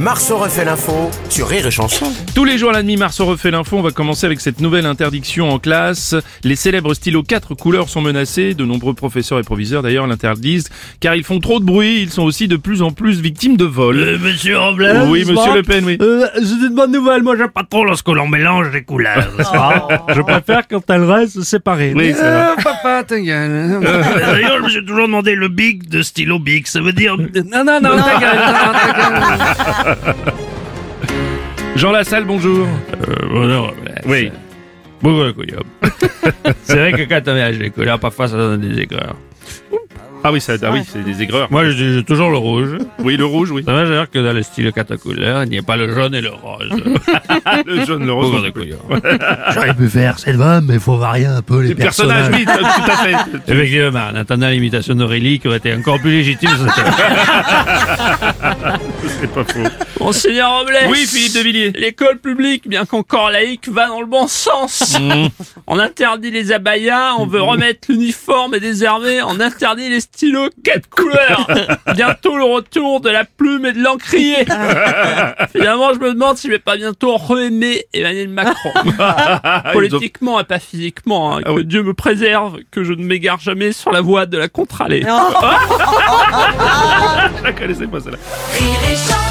Marceau refait l'info sur Rire et Chanson. Tous les jours à la demi, Marceau refait l'info. On va commencer avec cette nouvelle interdiction en classe. Les célèbres stylos quatre couleurs sont menacés. De nombreux professeurs et proviseurs d'ailleurs l'interdisent car ils font trop de bruit. Ils sont aussi de plus en plus victimes de vols. Euh, monsieur Robles Oui, monsieur Le Pen, oui. Euh, c'est une bonne nouvelle, moi j'aime pas trop lorsque l'on mélange les couleurs. n'est-ce pas Je préfère quand elles restent séparées. Oui, c'est vrai. Ah, papa, ta gueule. Euh, D'ailleurs, je me suis toujours demandé le big de stylo big, ça veut dire... Ah, Non, non, non, ta gueule, non, non, ta gueule. Jean Lassalle, bonjour. euh, oui. Bonjour, C'est vrai que quand on mélange les couleurs, parfois ça donne des aigreurs. Ah oui, ça, ah oui, c'est des aigreurs. Moi, j'ai toujours le rouge. Oui, le rouge, oui. Ça veut dire que dans le stylo quatre couleurs, il n'y a pas le jaune et le rose. Le jaune, le rose. Bonjour, couleurs. J'aurais pu faire cette vanne, mais faut varier un peu les, Les personnages, oui, tout à fait. Effectivement, en attendant l'imitation d'Aurélie qui aurait été encore plus légitime. c'était- C'est pas faux. Monseigneur Robles. Oui, Philippe de Villiers. L'école publique, bien qu'encore laïque, va dans le bon sens. Mm. on interdit les abayas, on veut remettre l'uniforme et désarmer, on interdit les stylos quatre couleurs. bientôt le retour de la plume et de l'encrier. Finalement, je me demande si je vais pas bientôt re-aimer Emmanuel Macron. Politiquement et pas physiquement. hein. que Dieu me préserve, que je ne m'égare jamais sur la voie de la contre-allée. Je la connaissais pas, celle-là. Rire et chanson.